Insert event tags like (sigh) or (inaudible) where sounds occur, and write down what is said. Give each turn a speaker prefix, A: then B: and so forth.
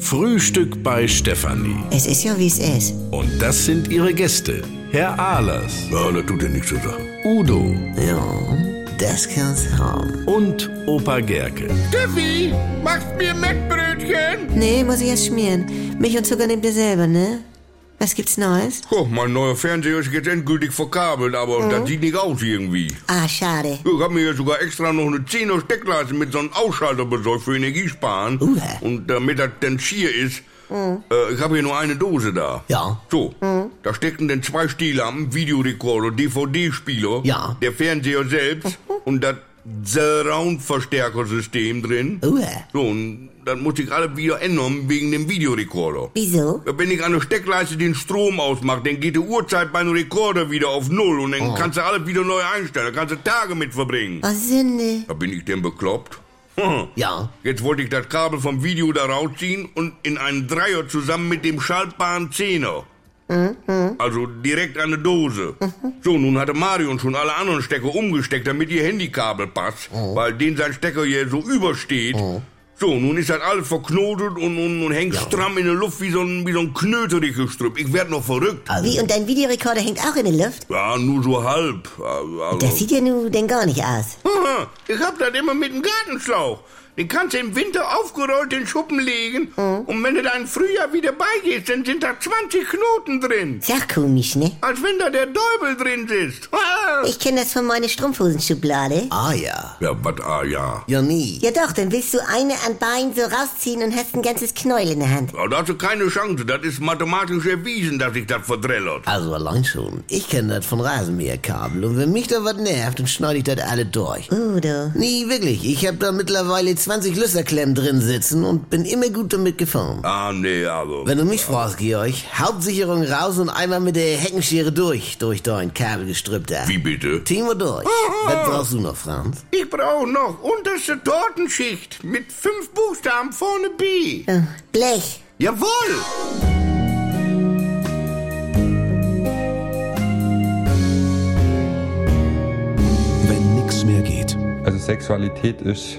A: Frühstück bei Stefanie.
B: Es ist ja, wie es ist.
A: Und das sind ihre Gäste. Herr Ahlers. Ja, das tut ja nichts zu sagen. Udo
B: Ja, das kann's haben.
A: und Opa Gerke.
C: Steffi, machst mir Mettbrötchen?
B: Nee, muss ich erst schmieren. Milch und Zucker nehmt ihr selber, ne? Was gibt's Neues?
C: Oh, mein neuer Fernseher ist jetzt endgültig verkabelt, aber das sieht nicht aus irgendwie.
B: Ah, schade.
C: Ich habe mir hier sogar extra noch eine 10er Steckleiste mit so einem Ausschalter besorgt für Energiesparen.
B: Uha.
C: Und damit das dann schier ist, äh, ich habe hier nur eine Dose da.
D: Ja.
C: So, da stecken dann zwei Stiehlampen, Videorekorder, DVD-Spieler,
D: Ja.
C: der Fernseher selbst und das Surround-Verstärkersystem drin.
D: Uah.
C: So, und dann musste ich alle wieder ändern wegen dem Videorekorder.
B: Wieso?
C: Ja, Wenn ich an der Steckleiste den Strom ausmache, dann geht die Uhrzeit beim Rekorder wieder auf Null und dann kannst du alles wieder neu einstellen. Da kannst du Tage mit verbringen.
B: Oh, Sünde.
C: Da bin ich denn bekloppt? Hm.
D: Ja.
C: Jetzt wollte ich das Kabel vom Video da rausziehen und in einen Dreier zusammen mit dem schaltbaren Zehner. Also direkt an eine Dose. So, nun hatte Marion schon alle anderen Stecker umgesteckt, damit ihr Handykabel passt, weil den sein Stecker hier so übersteht. So, nun ist das alles verknotet und, und, und hängt stramm in der Luft wie so ein, wie so ein knöterich gestrüpp. Ich werd noch verrückt.
B: Wie, und dein Videorekorder hängt auch in der Luft?
C: Ja, nur so halb. Also,
B: Das sieht ja nun denn gar nicht aus.
C: Aha, Ich hab das immer mit dem Gartenschlauch. Den kannst du im Winter aufgerollt in den Schuppen legen. Und wenn du dann im Frühjahr wieder beigehst, dann sind da 20 Knoten drin.
B: Ist auch komisch, ne?
C: Als wenn da der Däubel drin sitzt. (laughs) Ah.
B: Ich kenne das von meiner Strumpfhosenschublade.
D: Ah ja.
C: Ja, was, ah, ja.
D: Ja nie.
B: Ja doch, dann willst du eine an Bein so rausziehen und hast ein ganzes Knäuel in der Hand.
C: Ja, Da hast du keine Chance. Das ist mathematisch erwiesen, dass ich das verdrellert.
D: Also allein schon. Ich kenne das von Rasenmäherkabel und wenn mich da was nervt, dann schneide ich das alle durch.
B: Udo.
D: Nee, wirklich. Ich habe da mittlerweile 20 Lösserklemmen drin sitzen und bin immer gut damit gefahren.
C: Ah, nee, also.
D: Wenn du mich fragst, Georg, Hauptsicherung raus und einmal mit der Heckenschere durch, durch dein Kabelgestrüpp da.
C: Wie bitte?
D: Timo durch. Was brauchst du noch, Franz?
C: Ich brauche noch unterste Tortenschicht mit fünf Buchstaben vorne B.
B: Oh, Blech.
C: Jawohl!
E: Wenn nix mehr geht.
F: Also Sexualität ist